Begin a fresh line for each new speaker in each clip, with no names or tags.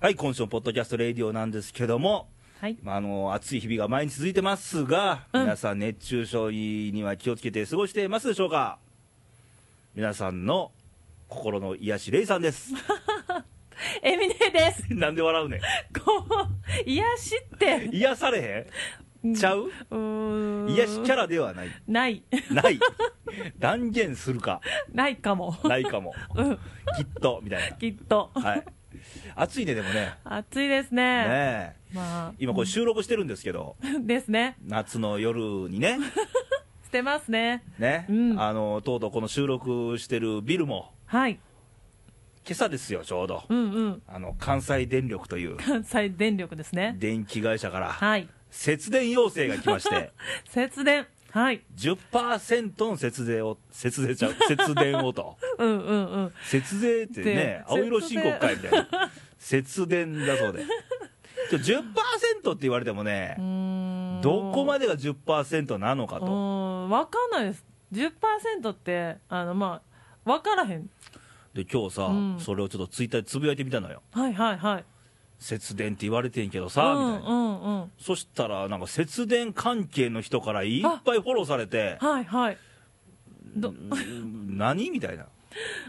はい、今週のポッドキャストレディオなんですけども、
はい。
まあ、あの暑い日々が毎日続いてますが、
うん
皆さん、熱中症には気をつけて過ごしていますでしょうか、皆さんの心の癒し、レイさんです。
エミネです。
なんで笑うね
こう、癒しって
ん、。癒されへんちゃう
うーん。
癒しキャラではない、
ない。
ない、断言するか、
ないかも。
ないかも、
うん。
きっとみたい
きっと。
な、はい、暑いね、でもね、
暑いですね。
ねえ
まあ。
今、これ、収録してるんですけど、
ですね。
夏の夜にね。
捨てますね。
ね、
うん
あのとうとうこの収録してるビルも、
はい。
今朝ですよ、ちょうど、
うんうん。
あの関西電力という
関西電力ですね。
電気会社から
はい。
節電要請が来まして、
節電。はい。
10%の節税を、節税ち ゃう、節電をと、
うんうんうん。
節税ってね
で、
青色申告会みたいな、節電だそうで、ちょ10%って言われてもね
う、ーん。
どこま
で
でが10%なのか
うー
と、
ん。わかんないです。10%って、あの、まあ、わからへん。
で今日さ、
うん
それをちょっとツイッターでつぶやいてみたのよ、
はいはいはい。
節電って言われてんけど
う
さ、みたい
ん
な
う。んうん。
そしたら、なんか節電関係の人からいっぱいフォローされて、
はいはい。ど
うん何みたいな、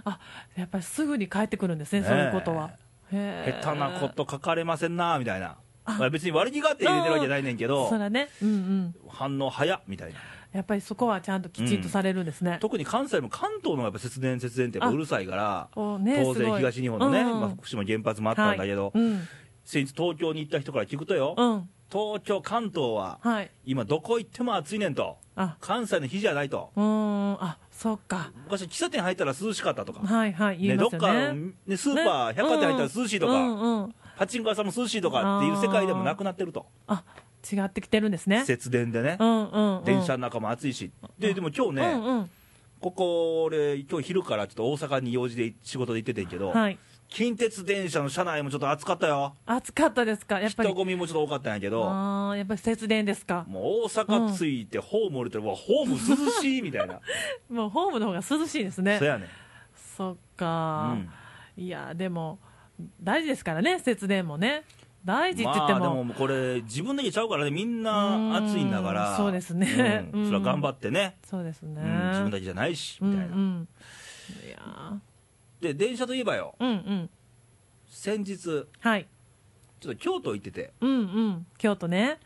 あやっぱりすぐに帰ってくるんですね、
ねえ
そういうことは。へえ
下手なこと書かれませんなみたいな、
あ
まあ別に悪気があって入れてるわけじゃないねんけど
そ、らね、うんうん、
反応早っみたいな、
やっぱりそこはちゃんときちんとされるんですね。
特に関西も関東のやっぱ節電、節電ってやっぱうるさいから、
おね
当
す
然
ごい
東日本のね、
うんうん
まあ福島原発もあったんだけど
は、いうん
先日、東京に行った人から聞くとよ、
うん
東京、関東は
はい、
今、どこ行っても暑いねんと、
あ
関西の日じゃないと、
うーん、あそっか、
昔、喫茶店入ったら涼しかったとか。
はいはい、言
ね、
い
どっ
ますよね。
か、ね、スーパー、
ね
百貨店入ったら涼しいとか、
うんうんうん
パチンコ屋さんも涼しいとかっていう世界でもなくなってると、
あ違ってきてるんですね。
節電でね
う、んうんうん、
電車の中も暑いし、ででも今日ね、
うんうん
ここ、俺、今日昼からちょっと大阪に用事で仕事で行っててんけど、
はい、
近鉄電車の車内もちょっと暑かったよ、
暑かったですか、やっぱり
人、混みもちょっと多かったんやけど、
あーやっぱり節電ですか、
もう大阪着いて、ホーム降りて、うわ、ホーム涼しいみたいな、
もうホームの方が涼しいです ね
そ。やねん、
そっ
う
か、
ん
いやでも大事ですからね節電もね大事って言
ま
っ
あ
て
で
も,、
もこれ、自分だけちゃうからね、みん
う
な
ーん
暑いんだから、
そうですね
うん
うん
それは頑張ってね。
そうですね、
うん、自分だけじゃないし、みたいな、
うんうんいやー
で電車といえばよ
うんうん
先日ちょ
はい
っと京都行ってて、
うんうん京都ね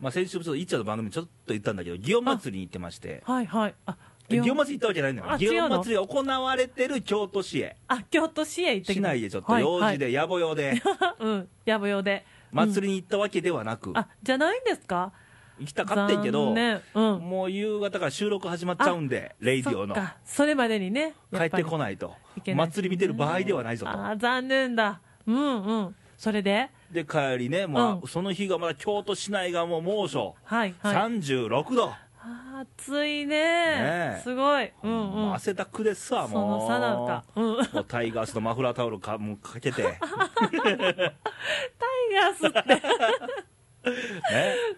まあ、先週もちょっといっちゃんの番組でちょっと言ったんだけど祇園祭りに行ってまして
はいはいあ
で祇園
祇園
祭り行ったわけじゃないんだよ
あ
祇
違
園
うの
祭りが行われてる京都市へ
あ京都市へ行ってき
市
た
内でちょっと用事
はい
で野暮用で
はい うんやぶよで
祭りに行ったわけではなく、
あじゃないんですか
行きたかってんけど、
残念うん
もう夕方から収録始まっちゃうんでレイディオの
そっかそれまでにね
帰ってこ
ない
ないと
いけないですね
祭り見てる場合ではないぞと
あー残念だうんうんそれで
で帰りね、まあ
うん
その日がまだ京都市内がもう猛暑、
はいはい
36度、
あー暑いね
ねえ
すごい、うんうん、
もう汗だくですわ
そ
もう
の差なのか、うん、
もうタイガースのマフラータオルかもうか けて、ね、
タイ ガースって、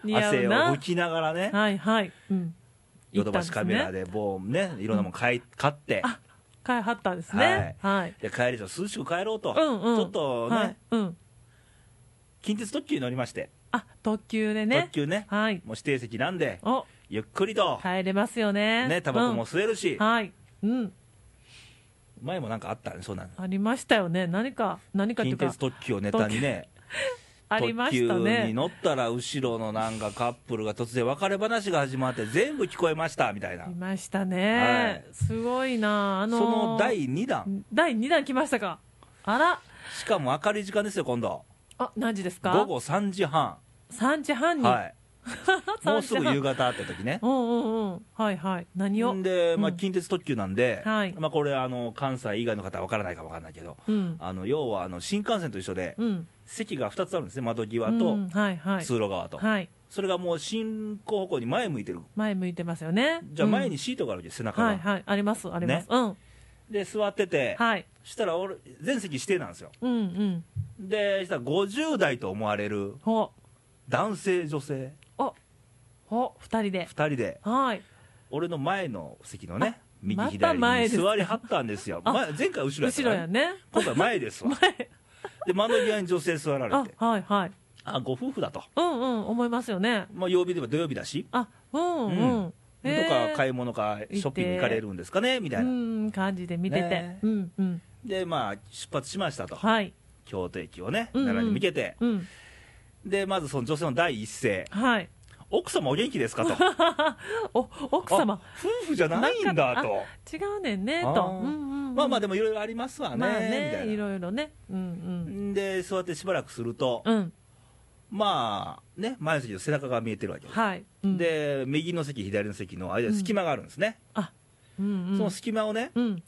似合
汗
う
を
な
拭きながらね
はいはい、うん、
ヨドバシカメラ
で、
でもうねいろんなもん買い買って
あ買いはったんですね、はい、
で帰りと涼しく帰ろうと、
うんうん、
ちょっとね、
はい、うん、
近鉄特急に乗りまして、
あ特急でね
特、急ね
はい、
もう指定席なんで
お
ゆっくりと、
帰れますよね、
ねタバコも吸えるし、
うん、はい、うん、
前もなんかあったねそうなの
ありましたよね、何か、何かってい
近
うか
鉄、特急をネタにね
ありました
特急に
ね、
乗ったら後ろのなんかカップルが突然別れ話が始まって全部聞こえましたみたいな
ありましたね、
は
すごいな、あのー
その第2弾
第2弾来ましたか、あら、
しかも明るい時間ですよ今度
あ何時ですか、
午後3時半
3時半に、
はいもうすぐ夕
方
方って時ね
うんうんうんはいはい何を
んで、まあ、
うん
近鉄特急なんで、
はい
まあ、これあの関西以外の方は分からないかも分からないけど
うん
あの要はあの新幹線と一緒で、
うん
席が2つあるんですね窓際
う
と
んはいはい
通路側と、
はい
それがもう進行方向に前向いてる
前向いてますよね
じゃあ
うん
前にシートがあるわけです背中が、
はいはいありますあります、
ね
うん
で座ってて、
はい
したら俺全席指定なんですよ
うんうん
でしたら50代と思われる
ほ
男性女性
おほ二人で
2人で
はい
俺の前の席のね右
また
左
前
に
です
座りはったんですよ、
あ
前前回後ろやったか
後ろ
ら
や
ね
ね
今回前ですわ
前
で窓際に女性座られ
あ
て、
はいはい。
あご夫婦だと、
うんうん、思いますよね。
まあ、曜日でも土曜日だし、
あ、うんう
うん
ん。
とか買い物かショッピング行かれるんですかねみたいな、
うん、感じで見てて
ね。
うんうん。
で、まあ、出発しましたと、
はい。
京都駅をね、
うんうん
奈良に向けて、
うん。
でまずその女性の第一声、
はい。
奥様お元気ですかと、
お、 奥様
あ。夫婦じゃないんだと、
違うねんね、
あ
と。
ー
うんうんうん。
まあまあ、でもいろいろありますわね、
まあ
みた
ね、
い
い
な。
ろいろね。うん
で、そうやってしばらくすると、
うん。うん。
まあね、前の席の背中が見えてるわけです、
はい。うん、
で右の席、左の席の間に隙間があるんですね、
あ、うんうん。
その隙間をね、
うん。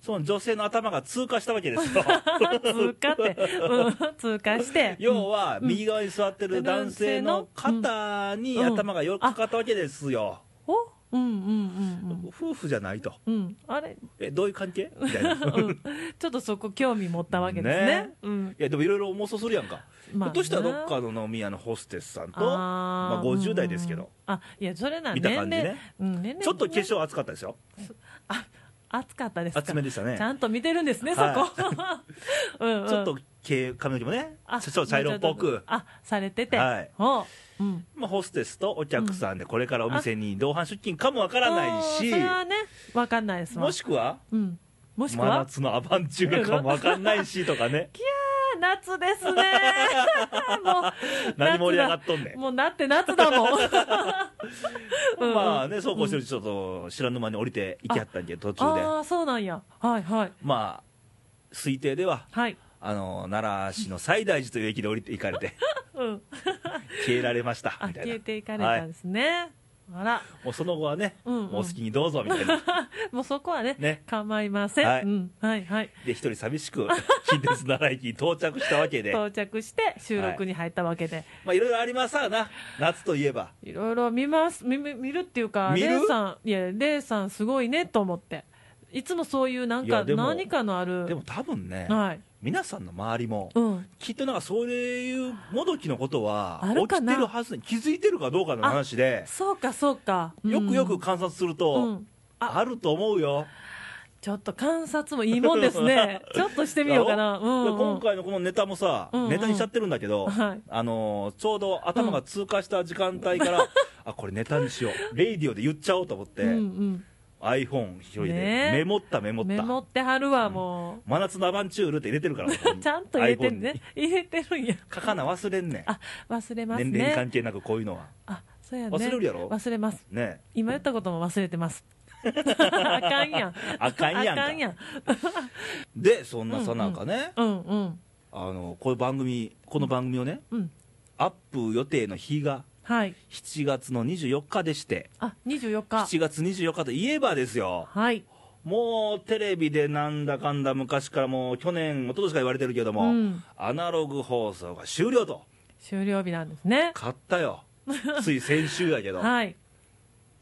その女性の頭が通過したわけですよ、
通過って、うん、通過して。
要は右側に座って
う
る
ん
男性の肩に
うん
頭がよくかかったわけですよ、
おうんうんうん
夫婦じゃないと、
うん。うん、あれ、
えどういう関係みたい な。い
うん、ちょっとそこ興味持ったわけですね。
ね
うん。
やでもいろいろ妄想するやんか、
ま
ひ
あ
ょっとしたらどっかの飲み屋のホステスさんと、ま
あー
あ、50代ですけど、。
うんあ、いや、それなん
見
年
た感
齢、
じね
うん、年齢、
ちょっと化。粧厚かったですよ、
あ、暑かったですか。
厚めでしたね
ち、ゃんと見てるんですね、そこ。
は
うん、うん。
ちょっと毛髪の毛もね、
あ、
ちょっと茶色っぽ
もうちょ
く
と、あ、されてて。
はい
ほう。うん。
まあ、ホステスとお客さんで、これからお店に同伴出勤かもわからないし
おーそ、れはね、わかんないですわ
もしくは、
うん。もしく
真
は、
夏のアバンチュールかもわかんないしとか ね、
夏です ね。もう
何盛り上が
夏
っとんね
だ
ん。
もうなって夏 だもん。うん
まあね、そうこうしてるうち、ちょっと知らぬ間に降りていきはったんで、途中で、
ああ、そうなんや。はいはい。
まあ、推定では、
はい。
あの奈良市の西大寺という駅で降りて行かれ て、
うん。
消えられました
あ、
みたい
消
な、
えていかれたんですね。あら。
もうその後はね、
うんうん
もうお好きにどうぞみたいな、
もうそこはね、
ね
構いません。
はい
うん。はいはい。
で一人寂し く、近鉄奈良駅に到着したわけで、
到着して収録に入ったわけで。
まあいろいろありますわな、夏といえば。
いろいろ見ます、見見見るっていうか、
見る
レイさん、いや、レイさんすごいねと思って。いつもそういうなん
いや
か、
でも
何かのある。
でも多分ね、
はい。
皆さんの周りも、
うん。
きっとなんかそういうもどきのことは
あ
起
るか
き
な
てるはず気づいてるかどうかの話で、
そうか、そうか。うん
よくよく観察すると、
うんあ
あると思うよ、
ちょっと観察もいいもんです ね。ちょっとしてみようかな。
だ
うん、
か
う
ら
ん。
今回のこのネタもさ、
うんうん
ネタにしちゃってるんだけど、
はい
あのーちょうど頭が通過した時間帯から、 あこれネタにしよう、レイディオで言っちゃおうと思って、
うん、
iPhone 広いで、
ねえ
メモったメモ
う
っ
ん。
た。
メモってはるわ、も
真夏のアバンチュールって入れてるから、ここ
う。
に
ちゃんと入れてる
iPhone
ね
に。
入れてるんや。
書かな忘れんねん、
あ、忘れます
年齢に関
ね。
係なくこういうのは。
あ、そうやね。
忘れるやろ
忘れます。
ね
今言ったことも忘れ てます。あかんやん。
あかんやんか
あかんやん。
でそんなさなかね、
うんうん。
あのこういう番組この番組をね、
うん。
アップ予定の日が
はい。
7月の24日でして
あ、24日。
7月24日といえばですよ
はい。
もうテレビでなんだかんだ昔からもう去年一昨年から言われてるけども、
うん
アナログ放送が終了と
終了日なんですね。
買った よつい先週やけど
はい。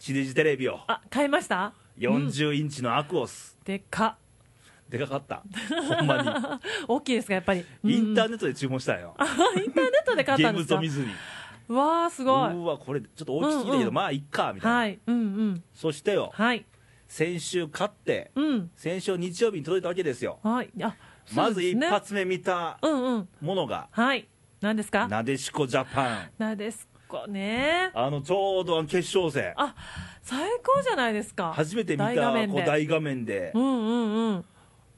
地デジテレビを
あ、買いました
40インチのアクオス、
でか
でかかったほんま
っ。 大きいですか、やっぱり。
にインター
ネッ
ネットで注文したんよ、
ト。 インターネットで買っ
ゲ
た
ー
んで
ム
すか
と見ずに
わあすご
う
い。
ーわこれちょっと大きすぎたけど、
うんうん
まあいっかみたいな、
はい。うんうん。
そしてよ
はい。
先週勝って
うん。
先週日曜日に届いたわけですよ
はい。あ、そ
ま
う
ず
です
一
ね。
発目見た
うんうん。
ものが、
はい。何ですか
なでしこジャパン
なですこね。
あのちょうどあの決勝戦
あ、最高じゃないですか。
初めて見た
大画面
こう
で。
大画面で
う、んうんうん。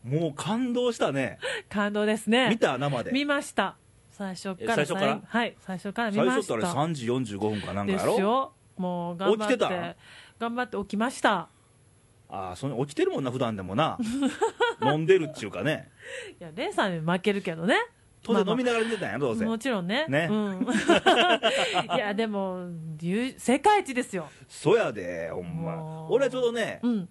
もう感動したね
感動ですね。
見た生で
見ました。最初から
え最初から
後はい。最初から見
最
ま
初っ
して
あ
た。
れ3時45分かなんか
で
や
す
ろ
よ。もう頑張っ
起きてた
て。頑張って起きました。
ああその起きてるもんな普段でも な飲んでるっちゅうかね
いや、レイさんに負けるけどね。
当然
まあまあ
飲みながら見てたんやどうせ
もちろんね。
ね
うん いや、でも、ゆ世界一ですよ。
そやでほんま
もう
俺はちょうどね
うん。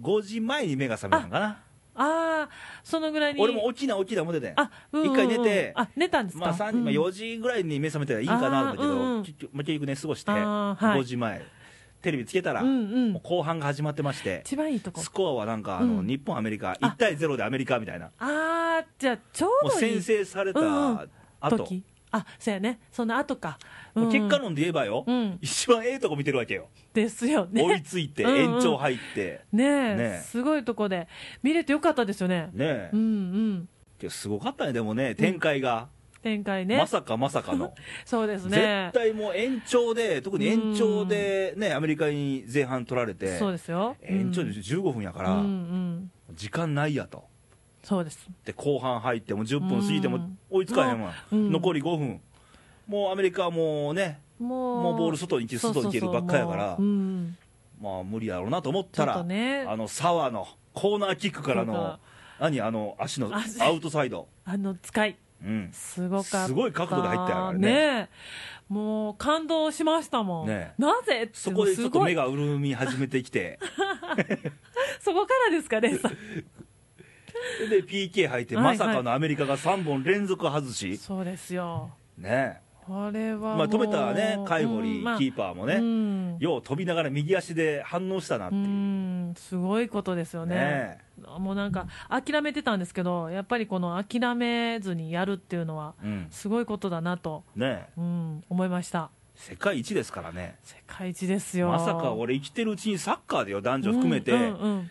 5時前に目が覚めたのかな
ああ、そのぐらいに。
俺も起きな起きな思ってたんや
あ、うんうんうん
一回寝て
あ、寝たんですか
まあ3時まあ、4時ぐらいに目覚めたらいいかなと思ったけど、
あーうんうん
結局まあ結局ね、過ごして、
あーはい
5時前、テレビつけたら、
うんうん
もう後半が始まってまして、
一番いいとこ。
スコアはなんか、あの
うん
日本、アメリカ、1対0でアメリカみたいな、
ああ、じゃあ、ちょう
もう
どいい
先制され
うん
た後、
時。あ、そうやね。その後か。
もう結果
の。
論で言えばよ、
うん
一番ええとこ見てるわけよ、
ですよね。
追いついて、
うんうん
延長入って、
ねえ
ねえ
すごいとこで。見れてよかったですよね。
ねえ
うんうん。
けどすごかったね、でもね、展開が、
展開ね
ま。さかまさかの、
そうです
絶
ね。
対もう延長で、特に延長でね、アメリカに前半取られて、
そうですよ。
延長
う
で
ん
15分やか
う
ら、
んうん。
時間ないやと、
そうです。
で後半入って、もう10分過ぎて
う
も
ん
追いつかへんわ、
うん
残り5分、もうアメリカはもうね、
もう。
もうボール外に行け、
そうそう
外
そ
に
う
行けるばっかやから
もうう、ん。
まあ無理やろうなと思っ
ち
た
ょっと
ら、
ね。
あの沢のコーナーキックから
そう
の
か、
何、あの足の
足
アウトサイド。
あの使い、
うん
すごかった。
すごい角度で入ったよあれね
ねえもう感動しましたもん。
ね
なぜって
そこでちょっと目
が。
が潤み始めてき て、
そこからですかね、さ
で、PK 入って、
はいは
ま
い
さかのアメリカが3本連続外し、
そうですよ。
ね、
これはもう。
まあ、止めたね、カイゴリー、キー
パ
パーも
ー
ね、
ね
よう飛びながら右足で反応したなって
う、
いうん
すごいことですよね
ね
もうなんか、諦めてたんですけど、やっぱりこの諦めずにやるっていうのは、
うん
すごいことだなと、
ね、
うん、思いました、
世界一ですからね、
世界一ですよ、
まさか俺、生きてるうちにサッカーでよ、男女含めて
う、んうんうん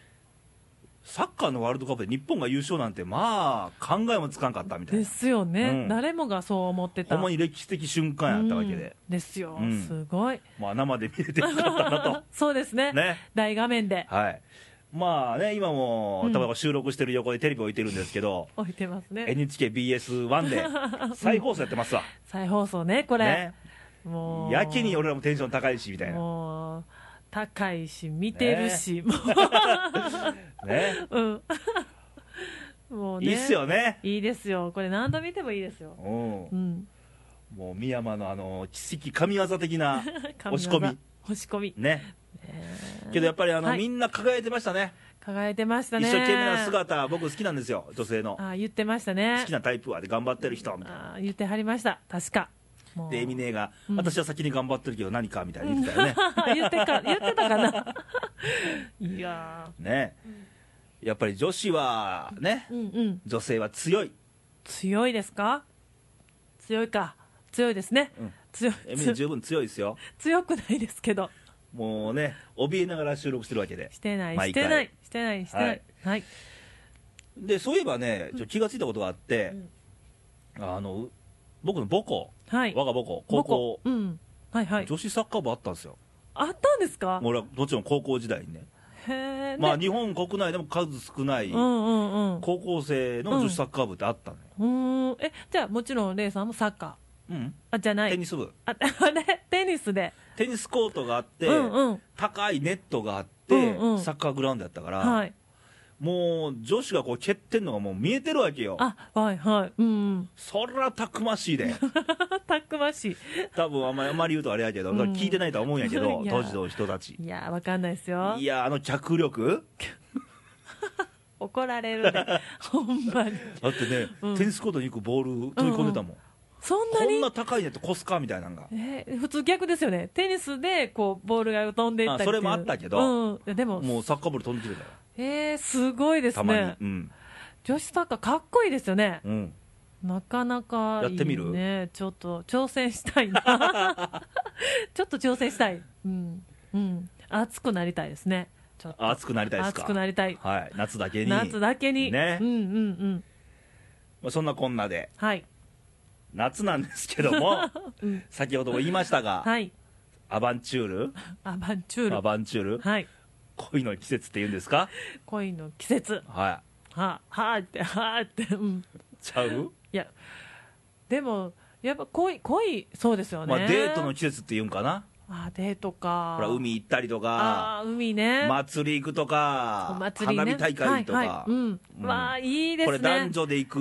サッカーのワールドカップで日本が優勝なんて、まあ、考えもつかんかったみたい
で
な、
すよね、
うん
誰もがそう思ってた、
ほんまに歴史的瞬間やったわけで、
うんですよ、
うん
すごい、
まあ、生で見れてよかったな
そうですね
と。ね
大画面で
はい。まあね、今も
う、ん
たまた収録してる横でテレビ置いてるんですけど、
置いてますね、
NHKBS1 で再放送やってますわ。
再放送ね、これ、
ね。
もう、
やけに俺らもテンション高いし、みたいな。
もう、高いし、見てるし、も
ね。
う、うん、もうね、
いいっす、よね。
いいですよ、これ、何度見てもいいですよ
うん、。
うん、
もう、三山のあの、奇跡神業的な、押
神業
し込み、
押し込み、
ね。けどやっぱりあの、
はい
みんな輝いてましたね。
輝いてました
一
ね、
生懸命な姿、僕好きなんですよ、女性の。
あ言ってましたね
好き、なタイプは、で、頑張ってる人、みたいな。
あ言ってはりました、確か。もう
で、エミネが、
うん
私は先に頑張ってるけど何か、みたい な言ってたよね。
言ってか言ってたか ないや
ね、やっぱり女子はね
ー、うんうん
女性は強い、
強いですか強いか強いですね、
うん
強い
エミネ
強
十分強いですよ、
強くないですけど
もうね、怯えながら収録してるわけで
し、てない
毎
し
回
てないしてないしてないはい、
でそういえばね、ちょ気がついたことがあって、あのう僕の母校、
はい
我が母校、高校、
僕うんはいはい
女子サッカー部あったんですよ、
あったんですか
俺はもちろん高校時代にね、
へえ、
まあ、
で
日本国内でも数少ない
うんうんうん
高校生の女子サッカー部ってあったのよ、
うーんえじゃあもちろんレイさんもサッカ
うん
ーあじゃない
テニス部、
ああれテニスで
テニスコートがあって、
うんうん
高いネットがあって、
うんうん
サッカーグラウンドやったから。
はい
もう女子がこう蹴ってんのがもう見えてるわけよ、
あはいはいうんうん
そらたくましいで、
たくましい
多分あんまりあんまり言うとあれやけど、
うん
聞いてないとは思うんやけど、
いや
当時の人たち、
いやーわかんないですよ
いや、あの脚力、
怒ら れるでほんまに
だってね、
うん
テニスコートに行くボール、飛び込んでたもん、
そんな
こ
に
んな高いねって、コスかみたいなのが、
えー普通逆ですよねテニスでこうボールが飛んでいったり
あそれもあったけど
うんいやでも
もうサッカーボール飛んできてたよ、
えー、すごいです
たまに
ね、
うん、
女子サッカーかっこいいですよね
うん、
なかなかいい、ね、
やってみる
ちょっと挑戦したいな ちょっと挑戦したいうんうん熱くなりたいですねちょっと
暑くなりたいですか、
熱くなりたい
はい、夏だけに、
夏だけに
ね
うんうんうん
まあ、そんなこんなで、
はい、
夏なんですけども、
うん、
先ほども言いましたが、
はい
アバンチュール、
アバンチュール
アバンチュール、
はい
恋の季節っていうんですか。
恋の季節
はい
はあはあってはあってうん
ちゃう、
いやでもやっぱ恋恋そうですよね、
まあ、デートの季節っていうんかな、
あデートか
ほら海行ったりとか、
あー海ね、
祭り行くと
お
か、
祭り
花
ね
火大会と
はいは
か
い、うん
うん
わあいいですね
これ、男女で行く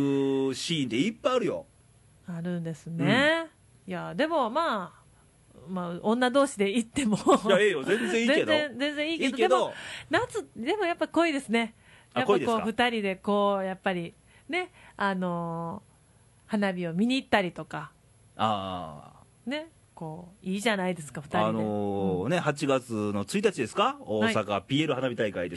シーンっていっぱいあるよ、
あるんですね、いやでもまあまあ女同士で行っても
いや、ええよ、全然いいけ
全
ど、
然全然いいけど
いいけど
でも夏でもやっぱ恋ですね
あ
やっぱこ
恋です
う
か
二人でこうやっぱりねあのー花火を見に行ったりとか
あ
ねこういいじゃないですか二人
ー
で、
あのーね、8月の1日ですか、大
はい
阪 PL 花火大会で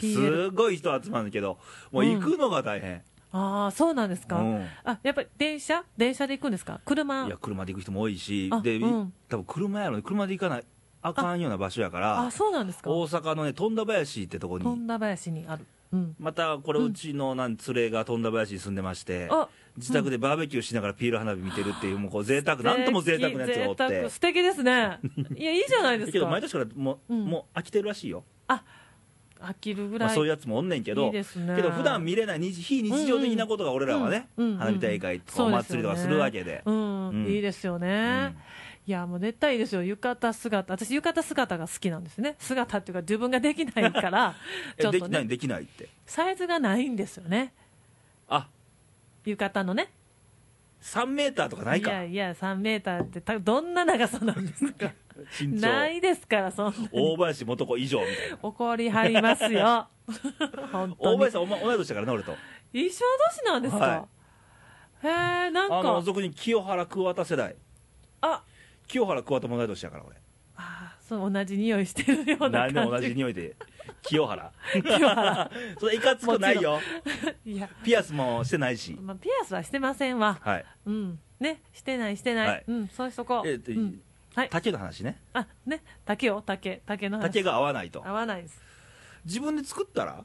す
PL
ごい人集まるんだけど、もう行くのが大変、
ああそうなんですか、
うん
あやっぱり電車電車で行くんですか車
いや、車で行く人も多いし
あ、
で、
うん
多分車やろね、車で行かないあかんような場所やか
あ
ら、
そうなんですか
大阪のね、富田林ってとこに
富田林にあるうん
またこれうちのなん連れが富田林に住んでまして、
あ
自宅でバーベキューしながらピール花火見てるっていう、もうこう贅沢、なんとも贅沢なやつがおっ
贅
て
沢。素敵ですねいやいいじゃないで
だ
すか
けど毎年からもう、
うん
もう飽きてるらしいよ。
飽きるぐらい、
まあ、そういうやつもおんねんけど、
いいですね
けど普段見れない日非日常的なことが俺らはね、
うんうん
花火大会とか
そ
お
うです
祭り
よね
とかするわけで、
うん
うん
いいですよね、いやもう絶対いいですよ浴衣姿私浴衣姿が好きなんですね姿っていうか自分ができないから
え
ちょっ
で
と
きない、
ね
できないって、
サイズがないんですよね
あ
浴衣のね
3メーターとかない
い
か、
やいや3メーターってたどんな長さなんですか
身長、
ないですからそんなに
大林素子以上みたいな、
怒りはりま すよ本当
大
に
林さん、お前同い年だからな、俺と、
一生年なんですか、
は
へえなん
あの
か
俗に清原桑田世代、
あ
清原桑田も同い年だから、
あそう同じ匂いしてるよう
俺、
な
何でも同
感
じ
じ
匂いで、清 原、
清原
それ、いかつくないよ、
いや、
ピアスもしてないし、
まあ、ピアスはしてませんわ
はい、
うんねしてないしてない、
はい
うんそうしとこう、
えっと
うんはい
竹の話ね、
あね竹よ竹竹の話
竹が合わないと、
合わないです
自分で作ったら、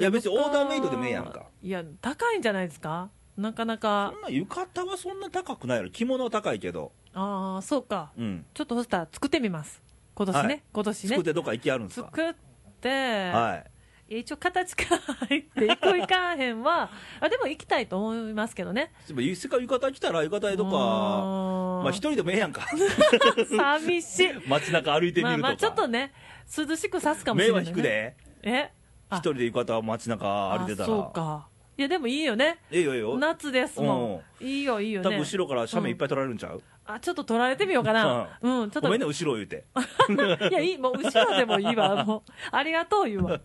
いや、別にオーダーメイドでもええやんか。
いや高いんじゃないですかなかなか
そんな浴衣はそんな高くないやろ着物は高いけど、
ああそうか
うん、
ちょっとそしたら作ってみます今年ね、
はい
今年ね
作ってどっか行きあるんですか
作って、
はい
や一応形から入っていくいかんへ んはあでも行きたいと思いますけどね
いでもせっかく浴衣着たら浴衣とか
ま
まあ一人でもええや んか
寂しい
街中歩いてみ
まあ
ると
ま
か
あちょっとね涼しく刺すかもし
目
れな、
はい
ね、
引くで
えあ
一人で浴衣を街中歩いてた
あそう
ら
かいやでもいいよね
ええよええよ
夏ですもんいいよいいよ
多分
ね
後ろから斜面いっぱい取られるんちゃう、
あちょっと取られてみようかなうんちょっ
ご
と
めんね後ろ言うて、
いやいいもう後ろでもいい わもうありがとう言うわい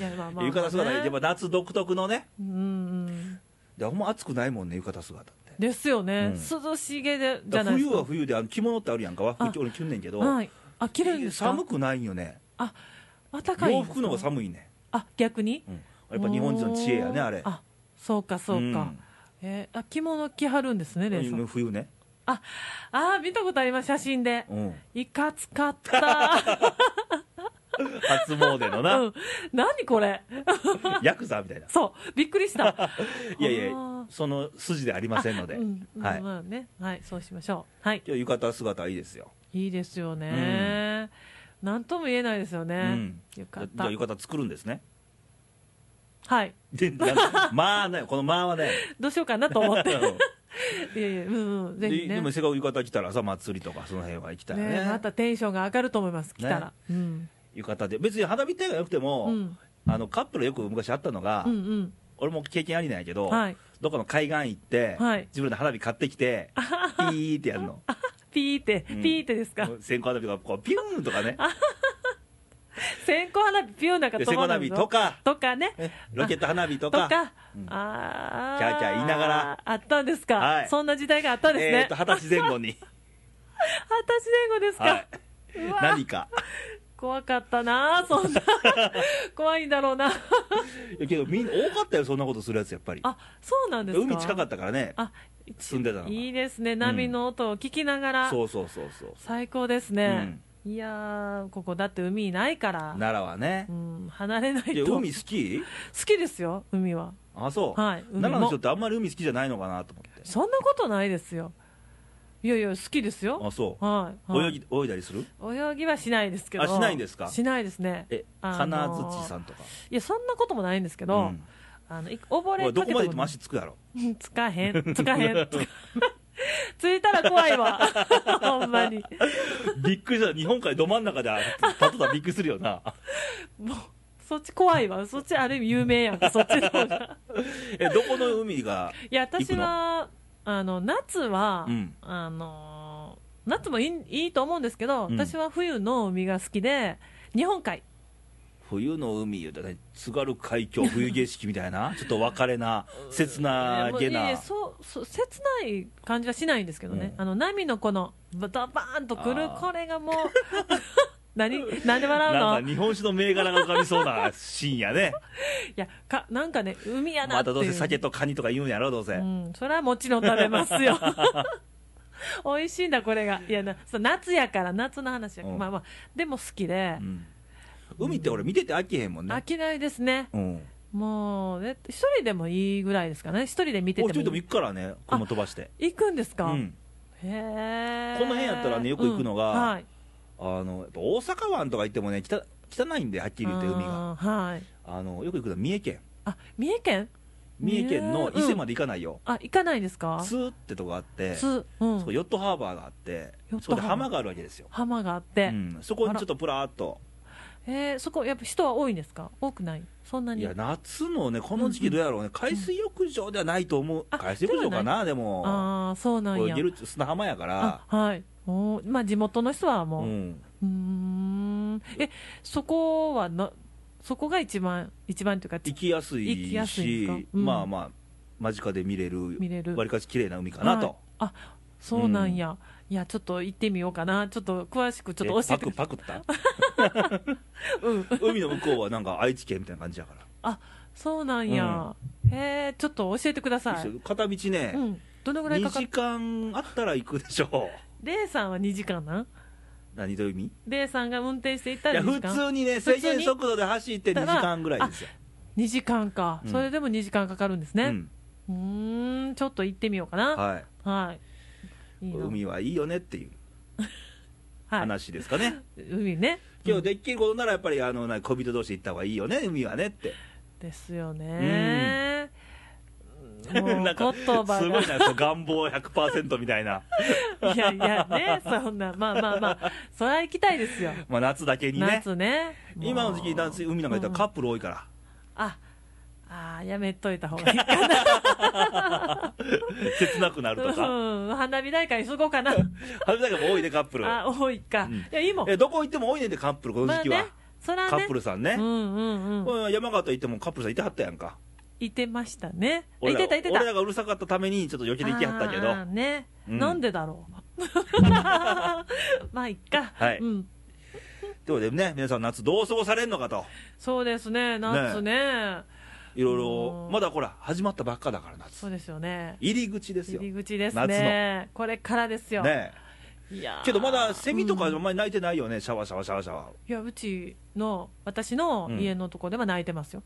やまあまあまあね
浴衣姿やっぱ夏独特のね
うんうん
でほんま暑くないもんね浴衣姿って
ですよね、
うん
涼しげでじ
だ
ゃ
か
な
ら
いで
冬
すか
は冬であの着物ってあるやんか和服俺着んねんけど、
はい、あ着るんですか
寒くないんよね
あ暖かいん
洋
ですか
服の方が寒いね
あ逆に
うん、やっぱ日本人の知恵やねあれ
あそうかそうか、
うん
えーあ着物着はるんですねレイさん
冬ね、
ああー見たことあります写真で
うん、
いかつかった
初詣のな、
うん何これ
ヤクザみたいな
そうびっくりした
いやいや
あー
その筋でありませんので、
うんうん
はい
まあねはいそうしましょうはい
今日浴衣姿いいですよ
いいですよね、なんとも言えないですよね、
うん
よ
じ
か
ゃ
っ
じゃ
た
あ浴衣作るんですね
はい
でなんかまあねこの間はね
どうしようかな と思って
う
いやいやうんうん
ん
ぜ
で
ひね
でもせっかく浴衣着たらさ祭りとかその辺は行きたいよね
ねまたテンションが上がると思います、来たら。うん
浴衣で別に花火大会なくても、
うん
あのカップルよく昔あったのが、
うん
俺も経験ありなんやけど、
うんはい、
どこの海岸行って、
はい
自分で花火買ってきて、 ピーってやるの、
ピーって、
うん
ピーってですか、
線香花火とか、こうピューンとかね、
線香花火、ピューなんか
で
飛
線香
ばな
花
い
火
ぞ
とか、
とかね、
えロケット花火と
と
か、
か、
うん
あ
キャーキャー言いながら、
あったんですか、
はい
そんな時代があったんです
えー、、
ね
と二十歳前 後に、
二十歳前後ですか、
はいう
わ、
何か、
怖かったな、そ んな、怖いんだろうな、
いやけど、みんな多かったよ、そんなことするやつ、やっぱり、
あそうなんですか、
海近か
っ
ったからね、
た、あ
住んでたのが
いいですね、波の音を聞きながら、
そうそうそうそう、
最高ですね、いやー、ここだって海ないから。
奈良はね
う、ん、離れない
いや
と
海好き
好きですよ海は
あそう、
はい海も
奈良の人ってあんまり海好きじゃないのかなと思って、
そんなことないですよいやいや好きですよ
あそう、
はい、はい、
泳ぎ泳いだりする
泳ぎはしないですけど
あしないんですか
しないですね
え、
あのー
金槌さんとか、
いやそんなこともないんですけど、
うん
あのい溺
お
れ
いどこまで行っても
か
足つくやろ、
けてもつか へんつかへんつかついたら怖いわ ほんまに
びっくりした、日本海ど真ん中で立ってたらびっくりするよな、
もうそっち怖いわそっちある意味有名やんかそっちの方が
えどこの海が、
いや私はあの夏は、
うん
あのー夏もいいいいと思うんですけど、
うん
私は冬の海が好きで日本海
冬の海言うたらね、津軽海峡冬景色みたいな、ちょっと別れな、切な
もう
げ
いいえ
な、
そうそう切ない感じはしないんですけどね、
うん
あの波のこのバダバーンとくる
あー
これがもう何 何で笑うの
なんか日本酒の銘柄が浮かびそうなシーンやね、
いやかなんかね海やな
ま
ってい
た
う、
どうせ酒とカニとか言うんやろ、どう
う
せ。
ん、それはもちろん食べます よ美味しいんだこれがいやなそう夏やから夏の話やから、
うん
まあまあでも好きで、
うん海って俺、見てて飽きへんもん
飽
ね、
きないですね、
うん、
もう、ね、一人でもいいぐらいですかね。一人で見て
俺一人
て
で
も
も
いい。
行くからね車飛ばして
行くんです
う
か、
ん
へえ。
この辺やったらねよく行くのが
うんはい。
あのやっぱ大阪湾とか行ってもね汚汚いんではっきり言って海が
あーはい。
あのよく行くのは三重県
あ、三重県
三重県の伊勢まで行かないよ、
あ、行かないですか
ツーってとこがあって、そ
つ、うん。
こヨットハーバーがあって
ヨッ
そこ
トハーバー
で浜があるわけですよ、
浜があっ
う
て。
ん、そこにちょっとプラーっと
えー、そこ、やっぱ人は多いんですか多くないそんなに。
いや夏のねこの時期どうやろうね、海水浴場ではないと思う、
あ
海水浴場かなでも
ああ、そうなん
泳
や
げ。る砂浜やから
あはい。おーまあ、地元の人は
う
もう。うんーん。え、そこはな、そこが一番、一番というか、
行きやす
行き
い
やすい
し
んですかうん
まあまあ間近で見れる
見れる
わりかし綺麗な海かなと、
はいあそうなんや、いやちょっと行ってみようかなちょっと詳しくちょっと教えて
え
く
パクパクった
うん
海の向こうはなんか愛知県みたいな感じやから
あそうなんや、へえちょっと教えてください、
片道ね、
うん、どのぐらい
2
かかっ
時間あったら行くでしょ
レイさんは2時間な
う何という意味い
レイさんが運転していったら
や
2時
普
間
通にね
普通
制
に
限速度で走って2時間ぐらいですよ、
2時間か、
うん
それでも2時間かかるんですね
うん
うーんちょっと行ってみようかなは
はい
い、い、いな
海はいいよねっていう
はい、
話ですかね、
海ね
今日できることならやっぱりあのな恋人同士行った方がいいよね 海はねって
ですよねもう
な
言
んかす
葉
ごいな
が
そう願望100%みたいな、
いやいやねそんなまあまあまあそりゃ行きたいですよ
まあ、夏だけにね
夏ねもう
今の時期夏海なんか行ったらカップル多い から、
ああーやめといた方がいいか
切なくな るとか
うん花火大会にしとこうかな
春だけも多いねカップル
あ多いか、
うん
いやいいも ん
えどこ行っても多いねんでカップルこの時期は、
まあねそらね
カップルさんね、
うんうんうん
うん山形行ってもカップルさんいてはったやんか
いてましたねあい
俺
てた
ら
いてた
俺らがうるさかったためにちょっと余計に行きはったけど
あーね、
うん
なんでだろう まあいっか、
はい
う
と
ん、
いうことでね皆さん夏どう過ごされんのかと
そうですね夏ね
いろいうろ
ん
まだほら始まったばっかだから夏
そうですよね
入り口ですよ
入り
ね
口ですねこれからですよ、
え
いやー
けどまだセミとかあ
うんん
まり鳴いてないよね、シャワーシャワーシャワーシャワー
いやうちの私の家のとこでは泣いてますよ、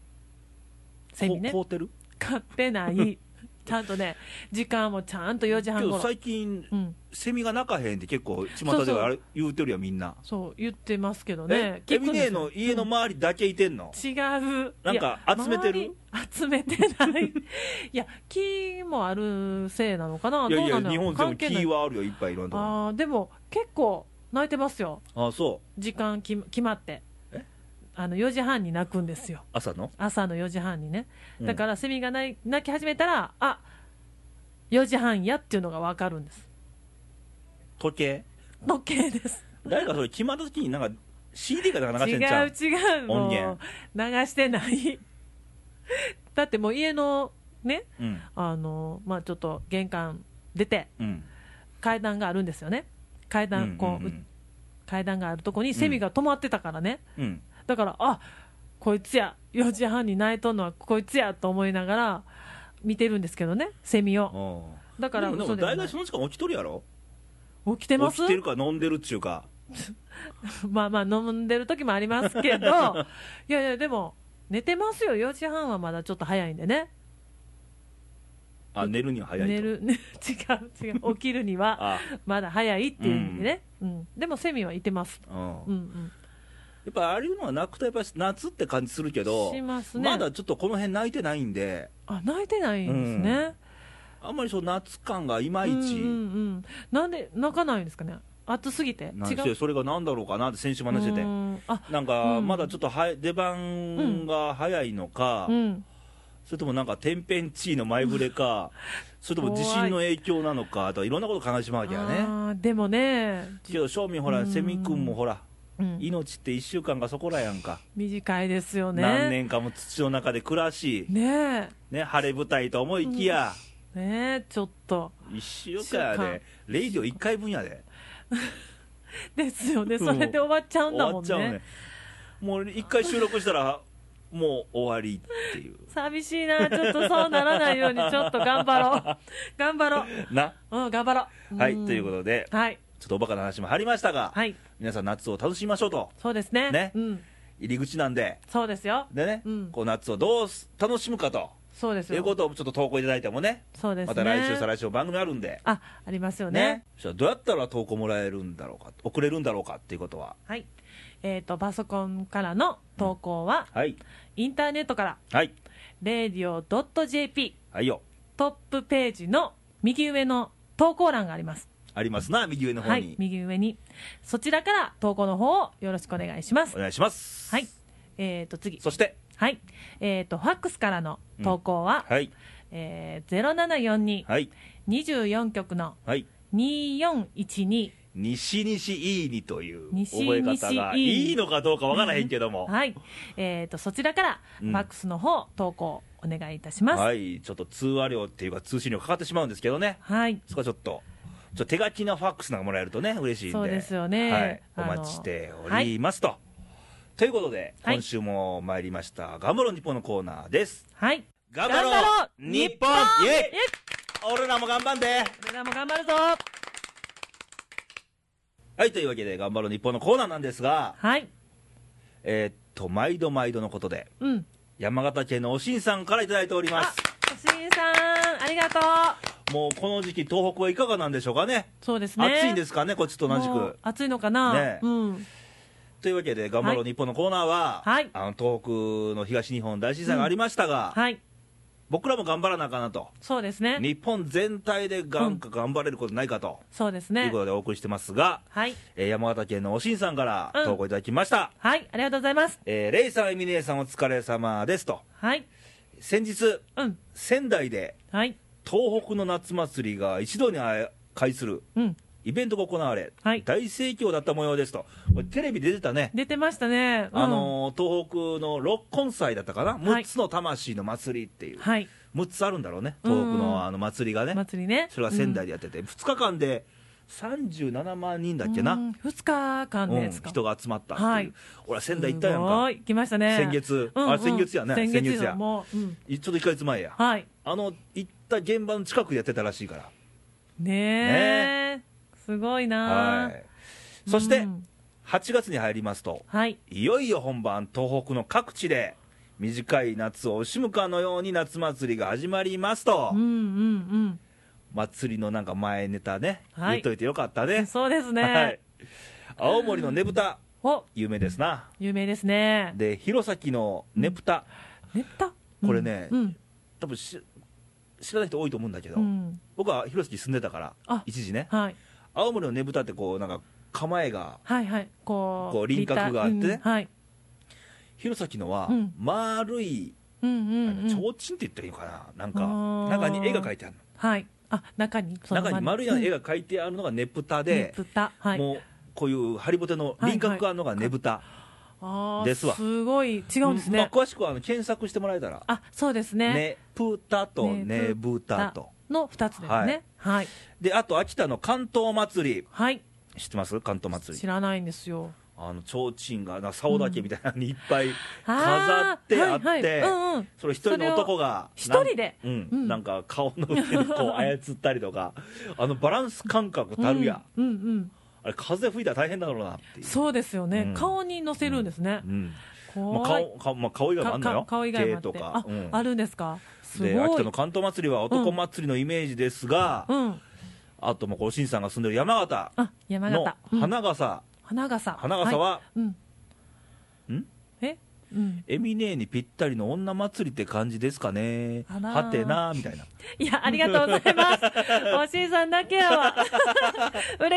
セミね
こ凍ってる
買ってないちゃんとね時間もちゃんと4時
け
半ご
ど
ろ、
最近
うん、
セミが鳴かへんって結構
そ
巷
うそ
で
う
はあれ言うてるやんみんな
そう言ってますけど
え
ね
エ
聞く
ミ
ん
ネ
ですよ
の家の周りだけいてんの、
違う
なんか
いや
集めてる
周り集めてない いや木もあるせいなのかない
やい
どう
や
なの
日本でも
関係な
キ
い
ーはあるよいっぱいいろんなとこ
あーでも結構泣いてますよ
あそう
時間き決まって
え
あの4時半に泣くんですよ
朝の
朝の4時半にね
うん
だからセミが泣い泣き始めたらあ4時半やっていうのが分かるんです
時計
時計です
誰かそれ決まった時になんか CD かなんか流
違
し
う
てんちゃう
違う
音
もう
源
流してないだってもう家のね
うん
あのまあちょっと玄関出て
うん
階段があるんですよね階
う
段
ん
こう、
うん
階段があるとこにセミが止まってたからね、
うん
だからあこいつや4時半に泣いとんのはこいつやと思いながら見てるんですけどねセミを
おう
だから
でもで
嘘
も
では
大
ない
体その時間起きとるやろ
起きてます
起きてるか飲んでるっちゅうか
まあまあ飲んでる時もありますけ どいやいやでも寝てますよ4時半はまだちょっと早いんでね
あ寝るには早いと
寝る、 ね、違う違 う起きるには
あ
まだ早いっていう意味でね、うんでもセミはいてます
うん
うんうん
やっぱああいうのは泣くとやっぱ夏って感じするけど
しますね
だちょっとこの辺泣いてないんで
あ泣いてないんですね、
あんまりそう夏感がいまい
うんうん
ち、
うんなんで泣かないんですかね暑すぎて
なん
違
せ
う
それがなんだろうかなって先週も話してて、
うんあ
なんか
うん
まだちょっとは出番が早いのか、
うん
それともなんか天変地異の前触れ か、それとも地震の影響なのかとかいろんなこと考えてしまうわけやね。
あーでもね、
けど正味ほ
う
ら
ん
セミ君もほら
うん
命って1週間がそこらやんか、
短いですよね
何年間も土の中で暮らし、
ね
ね、晴れ舞台と思いきや、
えねえちょっと
1週間やで、レイディオ1回分やで、
ですよねそれで終わっちゃうん
終
だ
わ
も
っ
ん
ちゃうね
ね、
もう1回収録したら、もう終わりっていう、
寂しいなちょっとそうならないようにちょっと頑張ろ う頑張ろ
な。
ううん頑張ろう
はい、
うん
ということで、
はい
ちょっとおバカな話も入りましたが、
はい
皆さん夏を楽しみましょうと
そうですね
ね
うん
入り口なんで、
そうですよ。
でね、
うん
こう夏をどうす楽しむかと
そうです
いう
よ。
ことをちょっと投稿いただいてもね、
そうですね。
また来週、再来週、番組あるんで、
あ、ありますよね
ね、そしたらどうやったら投稿もらえるんだろうか、送れるんだろうかっていうことは、
はい。えっ、と、パソコンからの投稿は、
はい、
インターネットから、
はい、
radio.jp
はいよ、
トップページの右上の投稿欄があります。
ありますな、右上の方
はい
に、、
右上に。そちらから投稿の方をよろしくお願いします
お。願いします。
はい。えっ、と、次。
そして、
はい。えっ、と、ファックスからの投稿は、
はい、
えー、
はい、
0742-24局の
はい、
2412。
西西いいにという
西
覚え方が
西いいに
いいのかどうかわからへんけども、
はい。えっ、と、そちらから、
うん
ファックスの方、投稿お願いいたします。
はい、ちょっと通話料っていうか、通信料かかってしまうんですけどね、
はい。
そこはちょっと、ちょっと手書きのファックスなんかもらえるとね、嬉しいんで、
そうですよね
はい、
あ
お
の
待ちしておりますと。ということで、
はい
今週も参りました、頑張ろう日本のコーナーです。
はい。
頑
張ろう
日本イ
え
エイ俺らも頑張んで
俺らも頑張るぞ
はい、というわけで、頑張ろう日本のコーナーなんですが、
はい。
えーっと、毎度毎度のことで、
うん。
山形県のおしんさんからいただいておりま
あ
す。、
おしんさん、ありがとう。
もうこの時期、東北はいかがなんでしょうかね。
そうですね。
暑いんですかね、こっちと同じ
も
く
う。暑いのかな、
ね
うん。
というわけで、頑張ろ
は
う
い
日本のコーナーは、
はい
あの東北の東日本大震災がありましたが、
はい。
僕らも頑張らなあかんなと、
そうですね。
日本全体でがんか頑張れることないかと、
そうです
い
ね
うこ。とでお送りしてますが、
はい。
えー山形県のおしんさんから
うん
投稿いただきました。
はい。ありがとうございます。
えーレイさん、エミネーさん、お疲れ様ですと、
はい。
先日、
うん。
仙台で
はい。
東北の夏祭りが一度にあ会する
うん。
イベントが行われ、
はい
大盛況だった模様ですと、これテレビで出てたね、
出てましたね。うん
あのー東北の六根祭だったかな、
はい
6つの魂の祭りっていう、
はい。
6つあるんだろうね、東北
うんうん
のあの祭りがね、
祭りね。
それが仙台で
で
やってて、2日間で37万人だっけな、うん
2日間ですか。
人が集まったっていう、
はい
俺は仙台行ったやん
すご
か、
い。来ましたね。
先月、
うんうん
あ先月やね、
先
先
月
月
や。
や、
もう。うん。
いちょっと1か月前や、
はい。
あの行った現場の近くでやってたらしいから。
ねえ。すごいな
は
あ
い、そして
うん
8月に入りますと、
はい。
いよいよ本番、東北の各地で、短い夏を惜しむかのように夏祭りが始まりますと、
うんうん
祭りのなんか前ネタね、
はい
言っといてよかった
うん。
ね、
そうです
はい
ね。、
青森のねぶた、
お、
有名ですな、
有名ですね。
で弘前のねぶた、
ネタ
これね
うん。
多分し知らない人多いと思うんだけど、
うん。
僕は弘前住んでたから
あ、
一時ね、
はい。
青森のねぶたってこう、なんか構えが、
はいはい。こう。
こう輪郭があってね
うんはい。
弘前のは
うん
丸い、
うん
あ
う
の
んうん。
提灯って言ったらいいのかな、なんか
あ、ー
中に絵が描いてあるの。
はい。あ、中に、その
中に丸いような絵が描いてあるのがねぶたで、
うん豚はい。
もうこういうハリボテの輪郭があるのがねぶた、
あー
ですわ
すごい、違うんです
まあ
ね。
詳しくはあの検索してもらえたら、
あ、そうですね。
ねぷたとね
ね
ぶたと、
の二つですね。はい。
であと秋田の関東祭
はい。
り、知ってます関東祭
知
り、
らないんですよ。
あの提灯がな竿だけみたいなのにいっぱい飾
あ
っ
ー
てあっ
はいはい
て
うんうん、
それ一人の男が、
それを一人で
なんう、
うんん
なんか顔の上に こう操ったりとか、あのバランス感覚たるや、
うんうんうん。
あれ、風吹いたら大変だろうなっていう。
そうですよね、
うん
顔に乗せるんですね
う、んまあ、
怖い
顔顔,、まあ、顔以外もあ
か
るのよ
か顔以外もあって
手とか
あ、
うん
あるんですかす
で秋
ご
田
い
の関東祭りは男祭りのイメージですが、
うん
あともうこう新さんが住んでる山形
あ山
の
形、うん、
花笠、
花笠
花笠は、
いうん
ん
えうん
エミネーにぴったりの女祭りって感じですかね
あら
は
ー
てなみたいない
やありがとうございますおしんさんだけやわ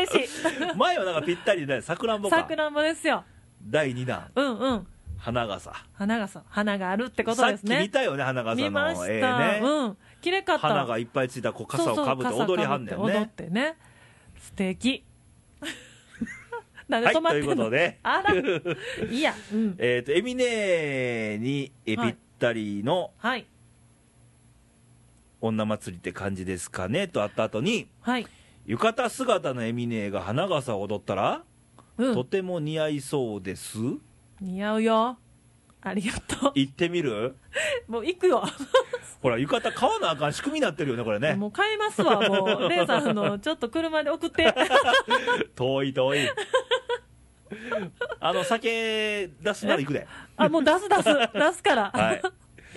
嬉しい
前はなんかぴったりでねさくらんぼか
さくらんぼですよ
第2弾
うんうん
花笠
花笠花があるってこと
さ
で
っ
す
き見
ね
たよね花笠
見まし
の
た、
絵ね、
うん綺麗かった
花がいっぱいついたこう傘をかぶって
そうそ
踊
う
りはんねん
傘かぶっ
ね
て踊ってね素敵なんで
はい
止まっ
と
て
い
ん
う
の、
ことで
あら、いいや、うん、
えっ、とエミネーにえぴ
はい
ったりの
はい、
女祭りって感じですかねとあった後に
はい、
浴衣姿のエミネーが花笠を踊ったら、
う
と
ん、
ても似合いそうです
似合うよ、ありがと
行ってみる
う、もう行くよ、
ほら浴衣買わなあかん仕組みになってるよねこれね
もう買いますわ、もう、レイさん、あのちょっと車で送って、
遠い遠いあの酒出すなら行くで、
あもう出す出す出すから、
は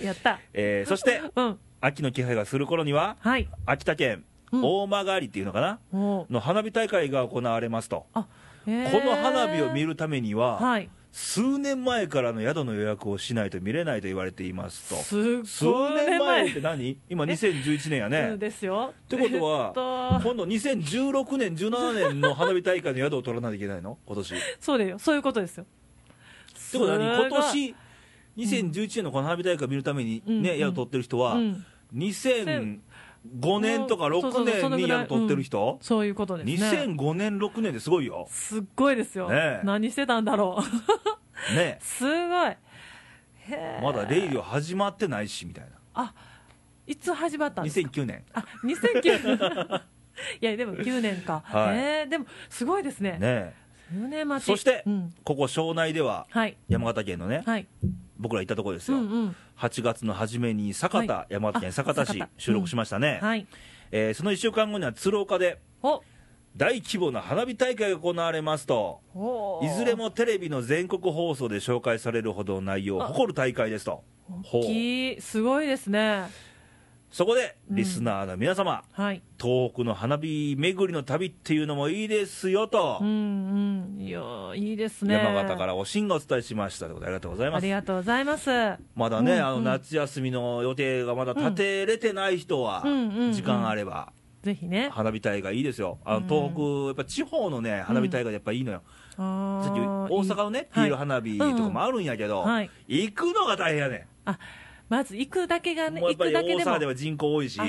い
やった
えーそして
うん
秋の気配がする頃には
はい
秋田県
うん
大曲りっていうのかな、
もう
の花火大会が行われますと、
あへー
この花火を見るためには、
はい
数年前からの宿の予約をしないと見れないと言われていますと
す
数
ごい
年前って何今2011年や
うん
ね
ですよ
ってことは
えっと
今度2016年17年の花火大会の宿を取らないといけないの今年
そうだよそういうことですよ
ってことは何今
す
年2011年のこの花火大会を見るために
うん
ね、
うん
宿を取ってる人は、
ごいうん
2005年とか
そうそうそう
6
そ
年
のぐ
に
らい
宿取ってる人、
そういうことですね
2005年6年ですごいよ
すっごいですよ、
ねえ
何してたんだろう
ね
すごいへえ
まだレイディオ始まってないしみたい
あいつ始まった
なん
ですか
2009年
あ2009 いやでも9年か、
はい
えーでもすごいですね
ね
9年待ち
そして、
うん、
ここ庄内では
はい
山形県のね、
はい
僕ら行ったところです
う
よ、
んうん
8月の初めに酒田、
は
山形県酒田
あ
市
酒田
収録しましたね、
はい
えーその1週間後には鶴岡で
お
大規模な花火大会が行われますと
おー
いずれもテレビの全国放送で紹介されるほどの内容を誇る大会ですとほう
大きいすごいですね
そこでリスナーの皆様、
はい
東北の花火巡りの旅っていうのもいいですよと、
うんうんいやーいいですね
山形からおしんがお伝えしましたということでありがとうござい
あ
ます
りがとうございます
まだね、
うんうん
あの夏休みの予定がまだ立てれてない人は、
うんうんうん
時間あれば、
ぜひね
花火大会いいですよ、あ
うん
の東北、やっぱ地方のね、花火大会やっぱいいのよ、
あ
さっき
ー
大阪のね、ピ
はい
ール花火とかもあるんやけど、
はい
行くのが大変やね
あまず行くだけが
ん、
ね
もうや
行
っぱ
く
り
だ
大
けでも
阪では人口多いし、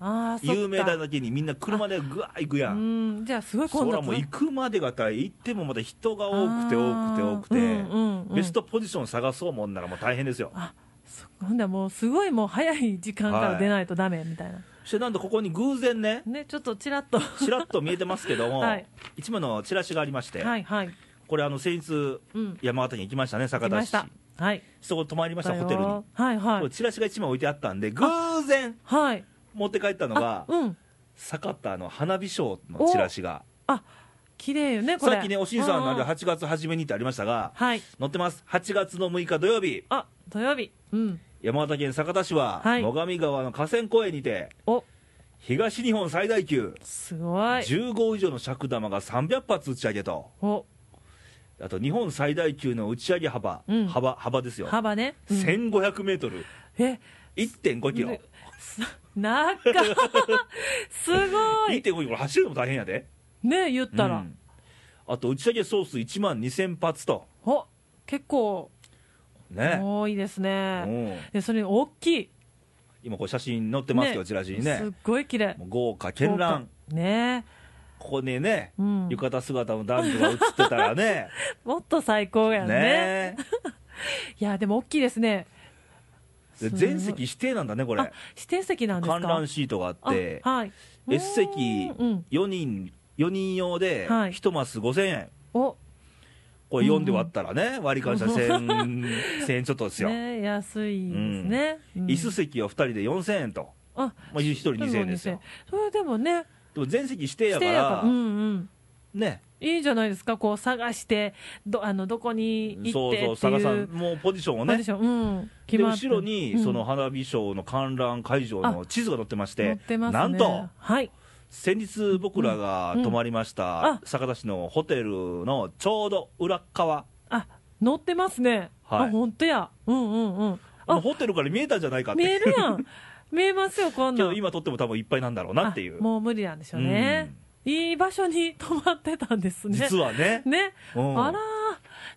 ああそっか
有名だだけに、みんな車でぐわー行くやん。
うんじゃあすごい
そ
混
ら
雑
もう行くまでが大変行ってもまた人が多くて多くて多くて、
あーうんうんうん
ベストポジション探そうもんならもう大変ですよ
あそほんだらもうすごいもう早い時間から出ないとダメみたいな、
そしてなんとここに偶然ね
ねちょっとちらっとは
ちらっと見えてますけども、
はい
一枚のチラシがありまして、
い はい
これあの先日
うん
山形に行きましたね
来
酒田
まし
市
たはい
そこ泊まりました
だ
ホ
よ
テルに、
はいは
これ
い
チラシが一枚置いてあったんで偶然
はい
持って帰ったの
あ
が
うん
酒田の花火ショーのチラシが
あ綺麗よねこ
さ
れ
っきねおしんさんなんで
うう
8月初めにってありましたが
はい
載ってます8月の6日土曜日
あ土曜日うん
山形県酒田市は、
はい
最上川の河川公園にて
お
東日本最大級、
すごい
15以上の尺玉が300発打ち上げと
お
あと日本最大級の打ち上げ幅、
うん
幅幅ですよ、
幅ね、うん
1500メートル
え
1.5キロ
す なんかすごい
1.5キロ走るのも大変やで、
ね言った
う
ら、
んあと打ち上げ総数1万2000発と
お結構
ね
多いですね
うん
でそれ大きい
今これ写真載ってますよ、
ね
チラシに
すっ
ね
ごい綺麗
もう豪華絢爛
ね
ここにね、
うん
浴衣姿の男女が写ってたら ね
もっと最高やんね
ね
いやでも大きいですね
です
ごい
全席指定なんだねこ
あ
れ
指定席なんですか
観覧シートがあって
あはい
S 席
うんうん
4人4人用で
はい
1マス5000円
お
これ4で割ったらね割り勘したら1000 1000円ちょっとですよ
ね安いですね、うん
椅子席は2人で4000円と
あ
まあ一人2000円ですよ
それでもね
でも全席指定
指
や
定
か
やから
ら
うんうん
ね
いいじゃないですかこう探してどあのどこに行
そう
ってってい
そうう佐賀さんもうポジションを
なん
ね
でしょううん
で
決まっ
後ろに
うん
その花火ショーの観覧会場の地図が載ってまし
載
て
ってますね
なんと
はい
先日僕らが泊まりまし
うんうんあ
た酒田市のホテルのちょうど裏側
あ乗ってますね、
はい
あ本当やうんうんうん
あの
あ
ホテルから見えたんじゃないかって
見えるやん 見えますよこん
け
な
ど
ん
今撮っても多分いっぱいなんだろうなっていう
あもう無理なんでしょうね、いい場所に泊まってたんですね
実はね、
ね、
うん
あらー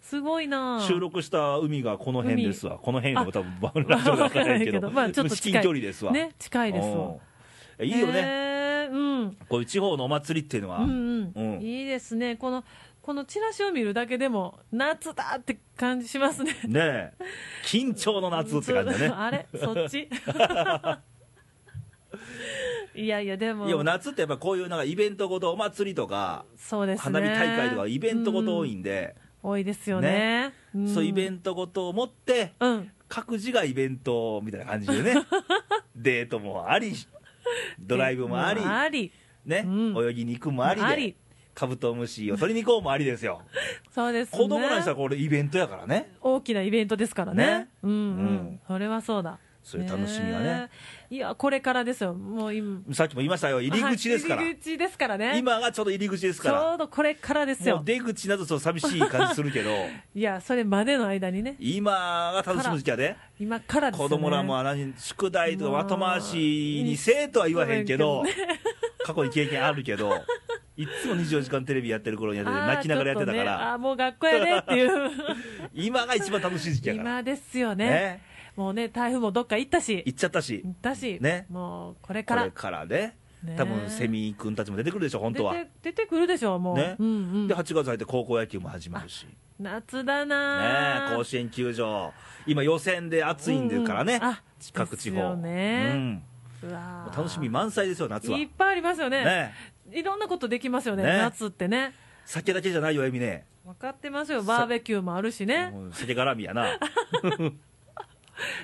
すごいなー
収録した海がこの辺ですわこの辺でも多分バウンド
わ
わ
か
からら
な
ないい
け
け
ど
ど
まあちょっと
至
近
近
い
距離ですわ
ね近いですわ
うんいいよね
ねうん
こういう地方のお祭りっていうのは、
うんうん、
うん
いいですねこのこのチラシを見るだけでも夏だって感じしますね
ねえ緊張の夏って感じだね
あれ そっちいやいやでも
いや夏ってやっぱこういうなんかイベントごとお祭りとか
そうですね
花火大会とかイベントごと多いんで、
うん多いですよねん
そういうイベントごとを持って
うん
各自がイベントみたいな感じで ねデートもありドライブもあり
あり
ね、
うん
泳ぎに行くもありで
あり
カブトムシを取りに行こうもありですよ、
そうですね
子供らにしたらこれイベントやからね
大きなイベントですからね
ね
うんうん、
うん
それはそうだ
そういう楽しみはね
えいやこれからですよもう今
さっきも言いましたよ入り口ですから、
はい入り口ですからね
今がちょうど入り口ですか
ちょ
ら
うどこれからです
も
よ
う出口などと寂しい感じする けど
いやそれまでの間にね
今が楽しむ時期やで
今からですよ
子
ね
供らもあの宿題とか後回しにせえとは言わへんけど
うん
過去に経験ある けどいつも24時間テレビやってる頃にやってて
あー
泣きながらやってたか
ちょっとね、
ら、
あーもう学校やねっていう
今が一番楽しい時期やから
今ですよね
ね
もうね台風もどっか行ったし
行っちゃったし
行ったし、
ね
もうこれ
こ
から
れからね
ね
多分セミ君たちも出てくるでしょ本当は
出て出てくるでしょうもう、
ね
うんうん
で8月入って高校野球も始まるしね
夏だな
え甲子園球場今予選で暑いんでから
う
ね
んうんあ
各地
です
方
よね
うん
うわー
楽しみ満載ですよ夏はい
っぱいありますよね
ね
いろんなことできますよね
ね
夏ってね
酒だけじゃないよエミね
分かってますよバーベキューもあるしね
うん酒絡みや な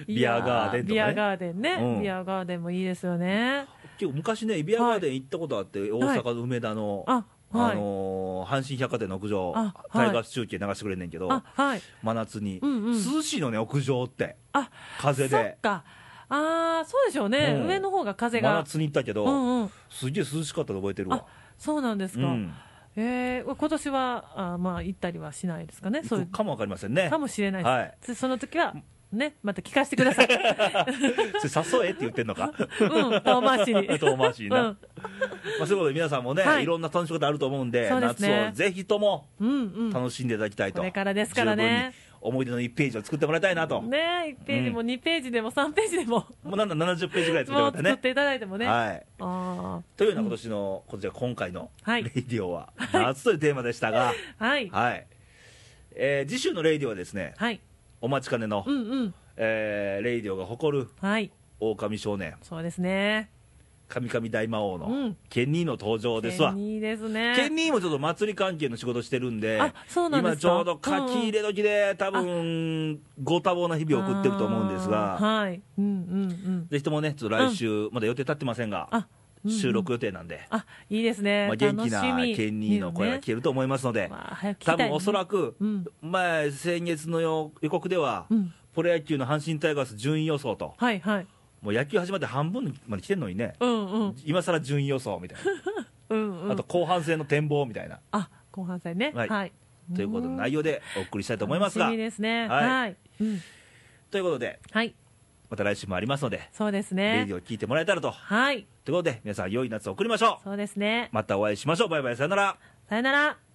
いや
ビアガーデンとかね
ビアガーデンね、
うん
ビアガーデンもいいですよね
結構昔ねビアガーデン行ったことあって、大阪の梅田の、
あはい
あのー阪神百貨店の屋上
あはい
タイガース中継流してくれんねんけど
あはい
真夏に、
うんうん
涼しいのね屋上って
あ
風
そ
で
っかああそうでしょうね、
うん
上の方が風
真
が
夏に行ったけど、
うんうん
すげえ涼しかったの覚えてるわ
あそうなんです
う
か、
ん
えー今年はあーまあ行ったりはしないですかねそうい
行
う
くかもわかりませんね
かもしれないです、
はい
つその時はねまた聞かせてくだ さい
それ誘えって言ってんのか
うん遠回しに
遠回しにな、
う
ま
ん
あ、そういうことで皆さんもね、
はい
い、ろんな楽しみ方あると思うんで
そうです
夏
ね
をぜひとも
うんうん
楽しんでいただきたいと、
これからですから
十分
ね
に思い出の1ページを作ってもらいたいなと、
ね1ページも2ページでも3ページでも、
もうなんだ70ページぐらい作っても
も
ら
う
って
作っ
ね
ていただいてもね、
はい、
あ
というような今年の、こちら今回の
はい
レイディオは、夏というテーマでしたが、
あはい
はいえー次週のレイディオはですね
はい
お待ちかねの、
うんうん
えーレイディオが誇る
はい
狼少年
そうですね
神々大魔王の、
うん
ケンニーの登場ですわ
ケニーですね
ケンニーもちょっと祭り関係の仕事してるんで
あそうなんですか
今ちょうど書き入れ時で、多分ご多忙な日々を送ってると思うんですが、
あーはいうんうんうん
ぜひともね、ちょっと来週、まだ予定立ってませんが、
あ、うんうん
収録予定なんで、
あいいですね、
まあ、元気な
楽しみ
ケンニーの声が聞けると思いますので、
ねまあ早く聞きた
多
いね
分おそらく、
うん
前、先月のよ予告では、
うん
プロ野球の阪神タイガース順位予想と、
はいはい
もう野球始まって半分まで来てるのにね、
うんうん
今更順位予想みたい
うんう
な、
ん
あと後半戦の展望みたいな、
あ後半戦ね
は
はいい、
ということで、内容でお送りしたいと思いますが
楽しみ。ですね
は
はいい、うん
ということで、
はい
また来週もありますので、
そうです
レイ
ね
ディを聞いてもらえたらと。
はい
ということで、皆さん、良い夏を送りましょう。
そうですね
またお会いしましょう。バイバイ、さよなら。
さよなら